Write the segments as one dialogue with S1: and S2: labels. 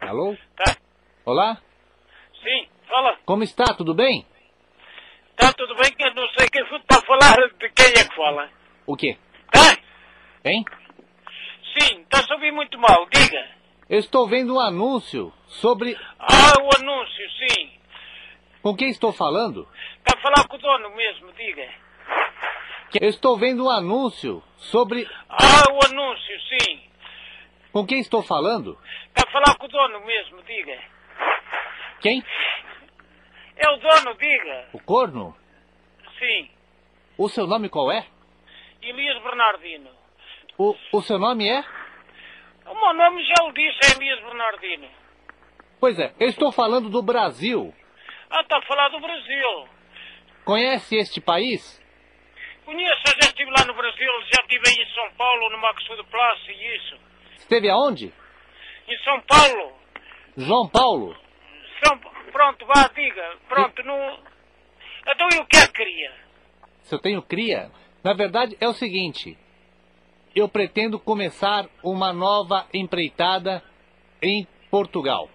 S1: Alô?
S2: Tá?
S1: Olá?
S2: Sim, fala.
S1: Como está? Tudo bem?
S2: Tá tudo bem que eu não sei quem foi para falar de quem é que fala.
S1: O quê?
S2: Tá?
S1: Hein?
S2: Sim, está a ouvir muito mal, diga.
S1: Eu estou vendo um anúncio sobre.
S2: Ah, o anúncio, sim.
S1: Com quem estou falando?
S2: Está a falar com o dono mesmo, diga.
S1: Eu estou vendo um anúncio sobre.
S2: Ah, o anúncio, sim.
S1: Com quem estou falando?
S2: Está a falar com o dono mesmo, diga.
S1: Quem?
S2: É o dono, diga.
S1: O corno?
S2: Sim.
S1: O seu nome qual é?
S2: Elias Bernardino.
S1: O, o seu nome é?
S2: O meu nome já o disse, é Elias Bernardino.
S1: Pois é, eu estou falando do Brasil.
S2: Ah, está a falar do Brasil.
S1: Conhece este país?
S2: Conheço, eu já estive lá no Brasil, já estive aí em São Paulo, no Max do Place e isso.
S1: Esteve aonde?
S2: Em São Paulo.
S1: João Paulo?
S2: São... Pronto, vá, diga. Pronto, não. Então e o que é que queria?
S1: Se eu tenho cria? Na verdade é o seguinte: eu pretendo começar uma nova empreitada em Portugal.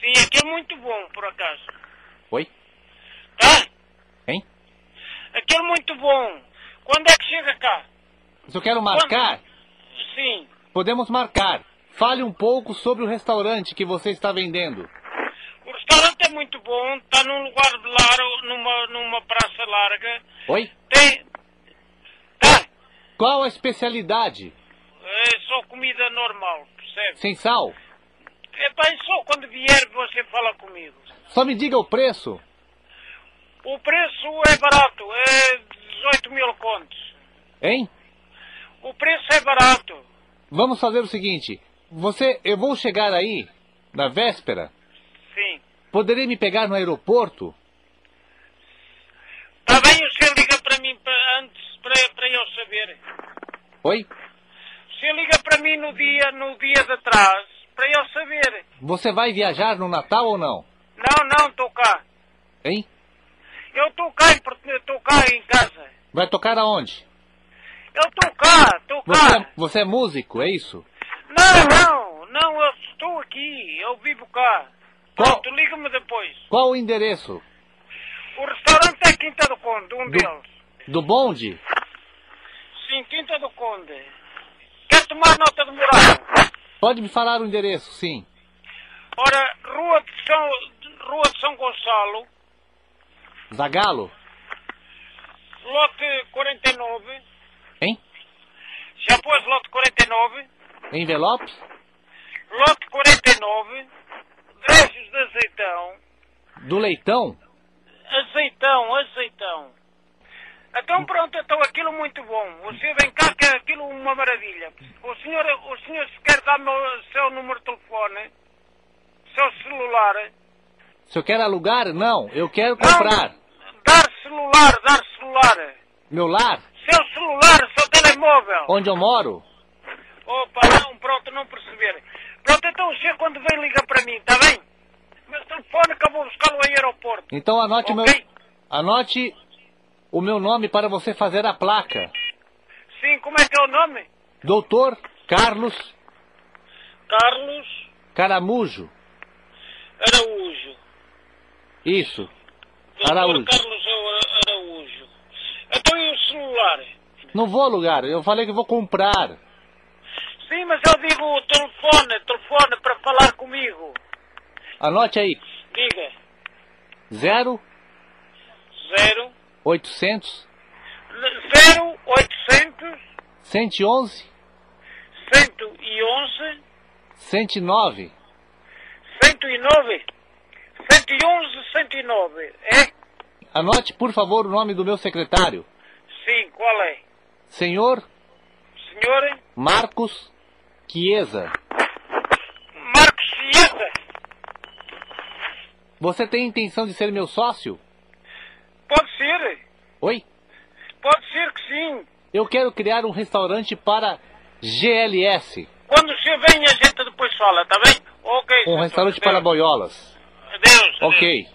S2: Sim, aqui é muito bom, por acaso.
S1: Oi?
S2: Tá?
S1: Hein?
S2: Aqui é muito bom. Quando é que chega cá?
S1: Se eu quero marcar,
S2: Sim.
S1: podemos marcar. Fale um pouco sobre o restaurante que você está vendendo.
S2: O restaurante é muito bom, está num lugar largo, numa, numa praça larga.
S1: Oi?
S2: Tem. Tá?
S1: Qual a especialidade?
S2: É só comida normal, percebe?
S1: Sem sal?
S2: É bem só quando vier você fala comigo.
S1: Só me diga o preço.
S2: O preço é barato, é 18 mil contos.
S1: Hein?
S2: O preço é barato.
S1: Vamos fazer o seguinte: você, eu vou chegar aí na véspera.
S2: Sim.
S1: Poderei me pegar no aeroporto?
S2: Está Tá bem, o senhor liga para mim pa- antes para, para eu saber.
S1: Oi?
S2: O senhor liga para mim no dia, no dia de trás, para eu saber.
S1: Você vai viajar no Natal ou não?
S2: Não, não, estou cá.
S1: Hein?
S2: Eu estou cá, em Port- eu estou cá em casa.
S1: Vai tocar aonde?
S2: Eu estou cá, estou
S1: Você,
S2: cá.
S1: é- você é músico, é isso?
S2: Não, não, não, eu estou aqui, eu vivo cá.
S1: Qual-
S2: Pronto, liga-me depois.
S1: Qual o endereço?
S2: O restaurante é Quinta do Conde,
S1: Do-
S2: um deles.
S1: Do bonde?
S2: Sim, Quinta do Conde. Quer tomar nota de moral?
S1: Pode me falar o endereço, sim.
S2: Ora, Rua de São, Rua de São Gonçalo,
S1: Zagalo?
S2: lote 49.
S1: Hein?
S2: Já pôs lote 49?
S1: Envelopes?
S2: Lote 49. Drejos de azeitão.
S1: Do leitão?
S2: Azeitão, azeitão. Então pronto, então aquilo muito bom. Você vem cá que é aquilo uma maravilha. O senhor, o senhor se quer dar-me o seu número de telefone, seu celular.
S1: Se eu quero alugar, não. Eu quero comprar.
S2: Não, dar celular, dar celular.
S1: Meu lar?
S2: Seu celular, seu telemóvel.
S1: Onde eu moro?
S2: Opa, não, pronto, não perceber. Pronto, então o senhor quando vem liga para mim, está bem? Meu telefone que eu vou buscar no aeroporto.
S1: Então anote o meu.
S2: Ok.
S1: Anote o meu nome para você fazer a placa.
S2: Sim, como é que é o nome?
S1: Doutor Carlos
S2: Carlos
S1: Caramujo.
S2: Araújo.
S1: Isso.
S2: Doutor é
S1: Araújo.
S2: Carlos Ara- Araújo. Então e o celular?
S1: Não vou alugar, eu falei que vou comprar.
S2: Sim, mas eu digo telefone, telefone para falar comigo.
S1: Anote aí,
S2: Diga,
S1: 0
S2: zero
S1: 800
S2: zero 0800
S1: 111
S2: 111
S1: 109.
S2: 109 111 109, é?
S1: Anote, por favor, o nome do meu secretário.
S2: Sim, qual é?
S1: Senhor
S2: Senhora
S1: Marcos Chiesa.
S2: Marcos Chiesa?
S1: Você tem intenção de ser meu sócio?
S2: Pode ser,
S1: Oi?
S2: pode ser que sim.
S1: Eu quero criar um restaurante para GLS.
S2: Quando o senhor vem, a gente depois fala, está bem? Ok.
S1: Um
S2: doutor.
S1: restaurante para
S2: Adeus.
S1: boiolas.
S2: Adeus. adeus.
S1: Ok.